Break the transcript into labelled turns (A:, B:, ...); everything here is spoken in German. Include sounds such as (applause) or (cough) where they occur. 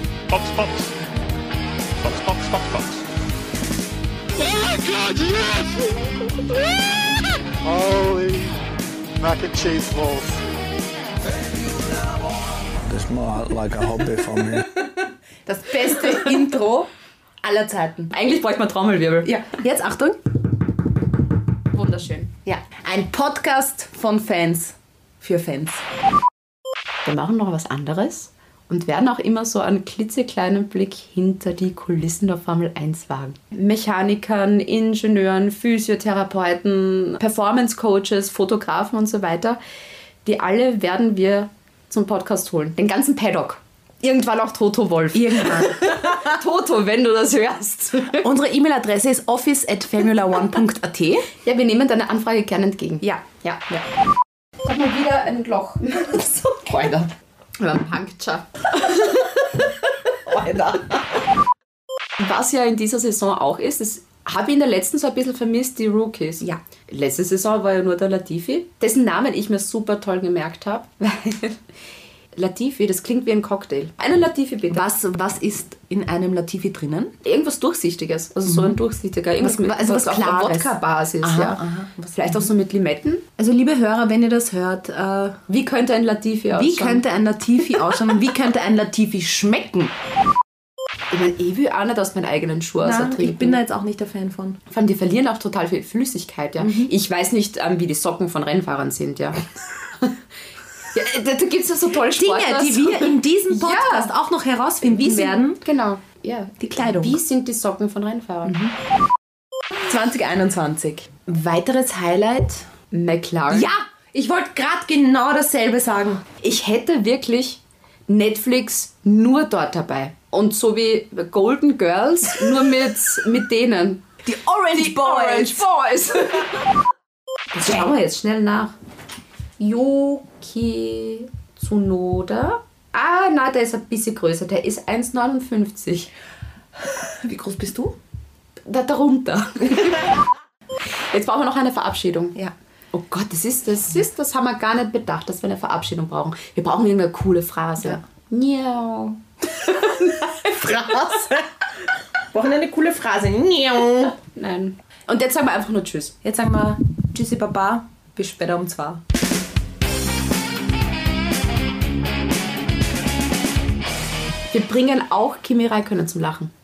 A: Box. Box, Box, Box, Box.
B: Oh my god, yes!
C: Holy mac and cheese balls.
D: That's more like a hobby for me.
E: Das beste Intro aller Zeiten.
F: Eigentlich bräuchte man Trommelwirbel.
E: Ja, jetzt Achtung.
F: Wunderschön.
E: Ja, ein Podcast von Fans für Fans.
F: Wir machen noch was anderes und werden auch immer so einen klitzekleinen Blick hinter die Kulissen der Formel 1 wagen. Mechanikern, Ingenieuren, Physiotherapeuten, Performance-Coaches, Fotografen und so weiter, die alle werden wir zum Podcast holen. Den ganzen Paddock. Irgendwann auch Toto Wolf.
E: Irgendwann.
F: (laughs) Toto, wenn du das hörst.
E: Unsere E-Mail-Adresse ist office at formula1.at.
F: Ja, wir nehmen deine Anfrage gern entgegen.
E: Ja.
F: Ja. ja. Ich hab mal wieder ein Loch. (laughs) so. Alter. Oder ein Puncture. Alter. Was ja in dieser Saison auch ist, das habe ich in der letzten so ein bisschen vermisst, die Rookies.
E: Ja.
F: Letzte Saison war ja nur der Latifi, dessen Namen ich mir super toll gemerkt habe, (laughs) weil Latifi, das klingt wie ein Cocktail. Einen Latifi bitte.
E: Was, was ist in einem Latifi drinnen?
F: Irgendwas Durchsichtiges, also so ein durchsichtiger, irgendwas mit
E: also was
F: auf der
E: Klares.
F: Wodka-Basis,
E: Aha,
F: ja.
E: aha. Was-
F: Vielleicht auch so mit Limetten.
E: Also liebe Hörer, wenn ihr das hört, äh,
F: Wie könnte ein Latifi ausschauen?
E: wie könnte ein Latifi ausschauen und wie könnte ein Latifi schmecken?
F: Ich meine, ich will auch nicht aus meinen eigenen Schuhen
E: Na,
F: trinken.
E: ich bin da jetzt auch nicht der Fan von.
F: Vor allem, die verlieren auch total viel Flüssigkeit, ja.
E: Mhm.
F: Ich weiß nicht, ähm, wie die Socken von Rennfahrern
E: (laughs)
F: sind, ja. ja da da gibt es ja so tolle
E: Dinge,
F: Sportler, (laughs)
E: die
F: so-
E: wir in (laughs) diesem Podcast auch noch herausfinden
F: Wie sind-
E: werden.
F: Genau, ja.
E: Die Kleidung.
F: Wie sind die Socken von Rennfahrern?
E: 2021. Weiteres Highlight.
F: McLaren.
E: Mhm. Ja, ich wollte gerade genau dasselbe sagen.
F: Ich hätte wirklich Netflix nur dort dabei. Und so wie Golden Girls, nur mit, (laughs) mit denen.
E: Die Orange
F: Orange Boys. Das schauen wir jetzt schnell nach. Yuki Tsunoda. Ah, na, der ist ein bisschen größer. Der ist 1,59.
E: Wie groß bist du?
F: Da darunter. (laughs) Jetzt brauchen wir noch eine Verabschiedung.
E: Ja.
F: Oh Gott, das ist, das ist, das haben wir gar nicht bedacht, dass wir eine Verabschiedung brauchen. Wir brauchen irgendeine coole Phrase. Ja.
G: brauchen eine coole Phrase. Niau.
F: Nein. Und jetzt sagen wir einfach nur Tschüss.
E: Jetzt sagen wir Tschüssi Baba, bis später um zwei.
F: Wir bringen auch Kimi Räikkönen zum Lachen.